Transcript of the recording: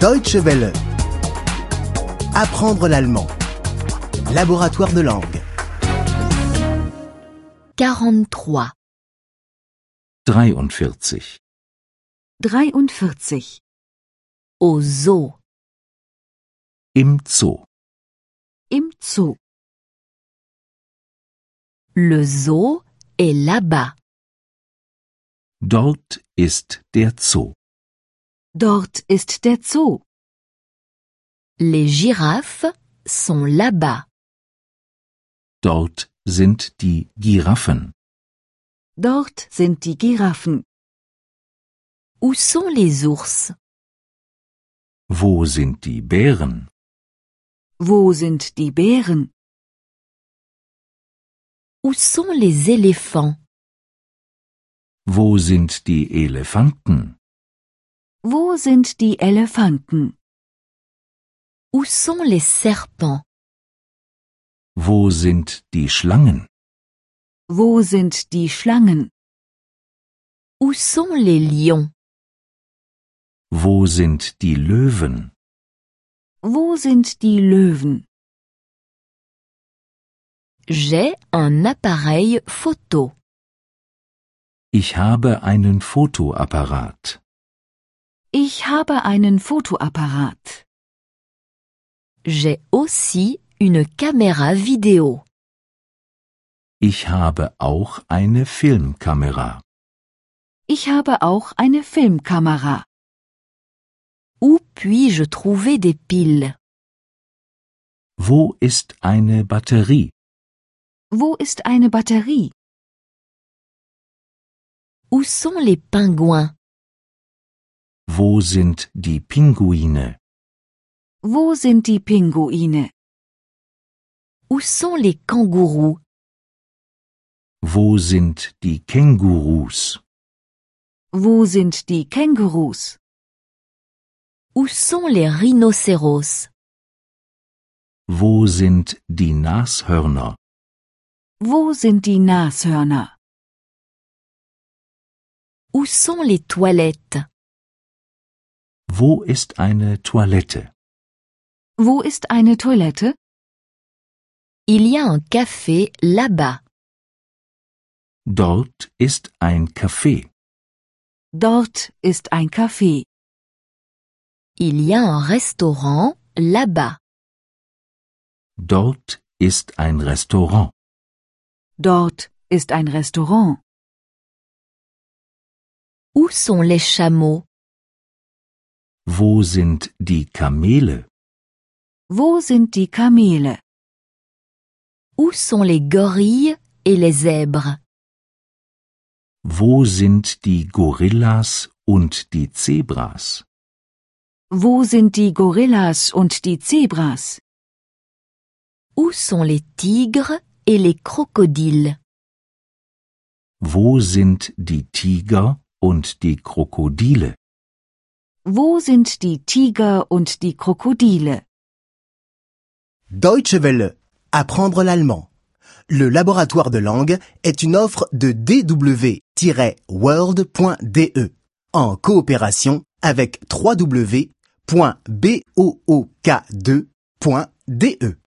Deutsche Welle. Apprendre l'allemand. Laboratoire de langue. 43. 43. 43. Au Zoo. Im Zoo. Im Zoo. Le zoo est là-bas. Dort ist der Zoo. Dort ist der Zoo. Les girafes sont là-bas. Dort sind die Giraffen. Dort sind die Giraffen. Où sont les ours Wo sind die Bären? Wo sind die Bären? Où sont les éléphants Wo sind die Elefanten? Wo sind die Elefanten? Où sont les serpents Wo sind die Schlangen? Wo sind die Schlangen? Où sont les lions Wo sind die Löwen? Wo sind die Löwen? J'ai un appareil photo. Ich habe einen Fotoapparat. Ich habe einen Fotoapparat. J'ai aussi une caméra vidéo. Ich habe auch eine Filmkamera. Ich habe auch eine Filmkamera. Où puis-je trouver des piles Wo ist eine Batterie? Wo ist eine Batterie? Où sont les pingouins Wo sind die Pinguine? Wo sind die Pinguine? Où sont les kangourous Wo sind die Kängurus? Wo sind die Kängurus? Où sont les rhinocéros Wo sind die Nashörner? Wo sind die Nashörner? Où sont les toilettes Wo ist eine Toilette? Wo ist eine Toilette? Il y a un café là-bas. Dort ist ein Café. Dort ist ein Café. Il y a un restaurant là-bas. Dort ist ein Restaurant. Dort ist ein Restaurant. Où sont les chameaux Wo sind die Kamele? Wo sind die Kamele? Où sont les gorilles et les zèbres Wo sind die Gorillas und die Zebras? Wo sind die Gorillas und die Zebras? Où sont les tigres et les crocodiles Wo sind die Tiger und die Krokodile? Wo sind die Tiger und die Krokodile? Deutsche Welle. Apprendre l'allemand. Le laboratoire de langue est une offre de dw-world.de E en coopération avec www.book2.de.